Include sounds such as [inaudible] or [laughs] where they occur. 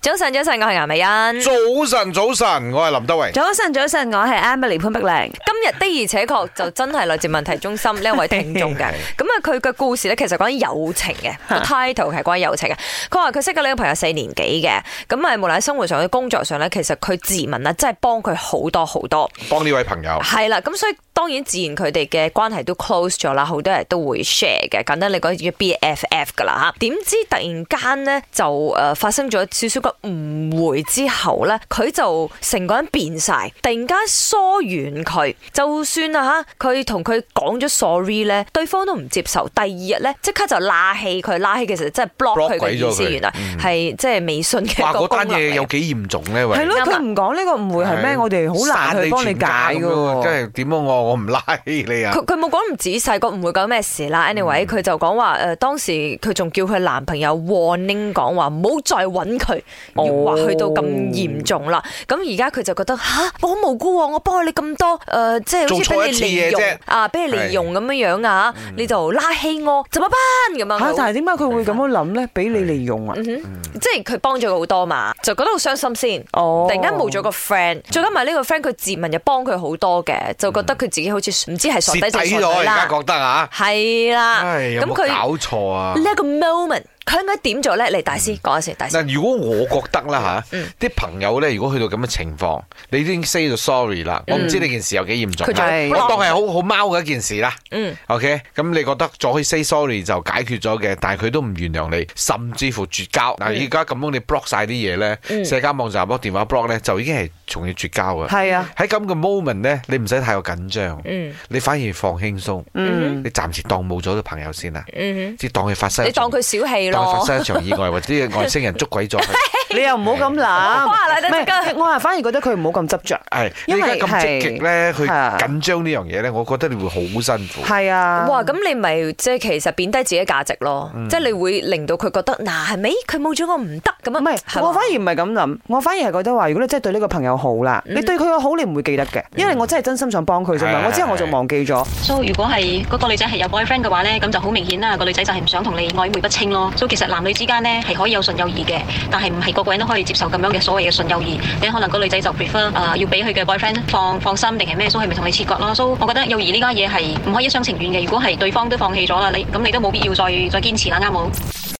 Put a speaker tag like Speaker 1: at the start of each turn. Speaker 1: 早晨，早晨，我係顏美欣。
Speaker 2: 早晨，早晨，我係林德榮。
Speaker 3: 早晨，早晨，我係 Emily 潘碧玲。
Speaker 1: 今日的而且確就真係來自問題中心呢一位聽眾嘅，咁啊佢嘅故事咧其實講緊友情嘅，個 title 係關於友情嘅。佢話佢識嘅呢個朋友四年幾嘅，咁啊無論喺生活上、喺工作上咧，其實佢自問啊啦，真係幫佢好多好多。
Speaker 2: 幫呢位朋友，
Speaker 1: 係啦，咁所以當然自然佢哋嘅關係都 close 咗啦，好多人都會 share 嘅，簡單嚟講叫 BFF 噶啦嚇。點知突然間呢，就誒發生咗少少嘅誤會之後呢，佢就成個人變晒，突然間疏遠佢。就算啊嚇，佢同佢講咗 sorry 呢，對方都唔接受。第二日呢，即刻就拉氣佢，拉氣其實真係 block
Speaker 2: block
Speaker 1: 佢嘅
Speaker 2: 鬼
Speaker 1: 意
Speaker 2: 咗
Speaker 1: 思，
Speaker 2: 佢
Speaker 1: 原來
Speaker 2: 嗯
Speaker 1: 係即係微信嘅
Speaker 2: 話
Speaker 1: 一個
Speaker 2: 嗰
Speaker 1: 功
Speaker 2: 單
Speaker 1: 能嚟
Speaker 2: 嘢
Speaker 1: 嘅
Speaker 2: 有幾嚴重咧？喂，
Speaker 3: 係咯，
Speaker 1: 啱啊
Speaker 3: 佢唔講呢個誤會係咩，我哋好難去幫你解
Speaker 2: 㗎喎，
Speaker 3: 噶。
Speaker 2: 真係點啊！我我唔拉你啊！嗯
Speaker 1: 佢佢冇講咁仔細，個唔會講咩事啦。anyway，佢就講話誒，當時佢仲叫佢男朋友 warning 講話唔好再揾佢，
Speaker 3: 哦
Speaker 1: 要話去到咁嚴重啦。咁而家佢就覺得吓，我好無辜喎，我幫咗你咁多誒、呃即係好似
Speaker 2: 做錯
Speaker 1: 俾
Speaker 2: 一
Speaker 1: 你
Speaker 2: 次嘢
Speaker 1: 利用
Speaker 2: 啫
Speaker 1: 啊，俾你利用咁樣樣啊，你就拉稀我，怎麼辦咁樣
Speaker 3: 吓，啊但
Speaker 1: 佢？
Speaker 3: 係點解佢會咁樣諗咧？俾你利用啊？
Speaker 1: 嗯哼即係佢幫咗佢好多嘛，就覺得好傷心先。
Speaker 3: 哦
Speaker 1: 突然間冇咗個 friend，再加埋呢個 friend 佢自問又幫佢好多嘅，就覺得佢自己好似唔知係傻
Speaker 2: 蝕
Speaker 1: 低定傻
Speaker 2: 底
Speaker 1: 女
Speaker 2: 咗，而家
Speaker 1: 啦。
Speaker 2: 覺得啊，
Speaker 1: 係啦，
Speaker 2: 唉，有
Speaker 1: 咁
Speaker 2: 冇
Speaker 1: 佢
Speaker 2: 搞錯啊？嗯
Speaker 1: 呢一個 moment，佢應該點做咧？嚟大師講下先，大師。
Speaker 2: 嗱，如果我覺得啦吓
Speaker 1: 嗯，
Speaker 2: 啲朋友咧，如果去到咁嘅情況，你已經 say 咗 sorry 啦，我唔知呢件事有幾嚴重
Speaker 1: 佢就
Speaker 2: 啦，
Speaker 3: 係
Speaker 2: 我當係好好貓嘅一件事啦。
Speaker 1: 嗯
Speaker 2: OK，咁你覺得咗可以 say sorry 就解決咗嘅，但係佢都唔原諒你，甚至乎絕交。嗱，而家咁樣你 block 晒啲嘢咧，社交網站 block、電話 block 咧，就已經係仲要絕交嘅。
Speaker 3: 係啊，
Speaker 2: 喺咁嘅 moment 咧，你唔使太過緊張，
Speaker 1: 嗯
Speaker 2: 你反而放輕鬆，
Speaker 3: 嗯，
Speaker 2: 你暫時當冇咗啲朋友先啦，
Speaker 1: 嗯
Speaker 2: 即係當佢發
Speaker 1: 哼，
Speaker 2: 生一
Speaker 1: 你
Speaker 2: 場，
Speaker 1: 當佢小氣
Speaker 2: 當佢發
Speaker 1: 咯。
Speaker 2: 生一場意外，或者外星人捉鬼咗
Speaker 3: [laughs]
Speaker 2: 佢。
Speaker 3: 你又唔
Speaker 1: [laughs]
Speaker 3: 好咁
Speaker 1: 哇
Speaker 3: 諗。
Speaker 1: 嚟得
Speaker 3: 唔
Speaker 1: 即
Speaker 3: 係，我係反而覺得佢唔好咁執着。
Speaker 2: 係，你
Speaker 3: 因為
Speaker 2: 而家咁積極咧，去
Speaker 3: 係啊
Speaker 2: 緊張呢樣嘢咧，我覺得你會好辛苦。
Speaker 3: 係啊，
Speaker 1: 哇，咁你咪即係其實貶低自己價值咯，
Speaker 2: 嗯
Speaker 1: 即係你會令到佢覺得嗱係咪佢冇咗我唔得咁啊？
Speaker 3: 唔係，
Speaker 1: 嘛
Speaker 3: 我反而唔係咁諗，我反而係覺得話，如果你真係對呢個朋友好啦，你對佢嘅好，你唔會記得嘅，因為我真係真心想幫佢啫嘛，
Speaker 2: 係
Speaker 3: 我之後我就忘記咗。
Speaker 4: So 如果係嗰個女仔係有 boyfriend 嘅話呢，咁就好明顯啦，個女仔就係唔想同你曖昧不清咯。所以其實男女之間呢係可以有純友誼嘅，但係唔係個個人都可以接受咁樣嘅所謂嘅純友誼。你可能個女仔就 prefer 誒、呃要俾佢嘅 boyfriend 放放心定係咩，所以佢咪同你切割咯。所以我覺得友誼呢家嘢係唔可以一廂情願嘅。如果係對方都放棄咗啦，你咁你都冇必要再再堅持啦，啱冇？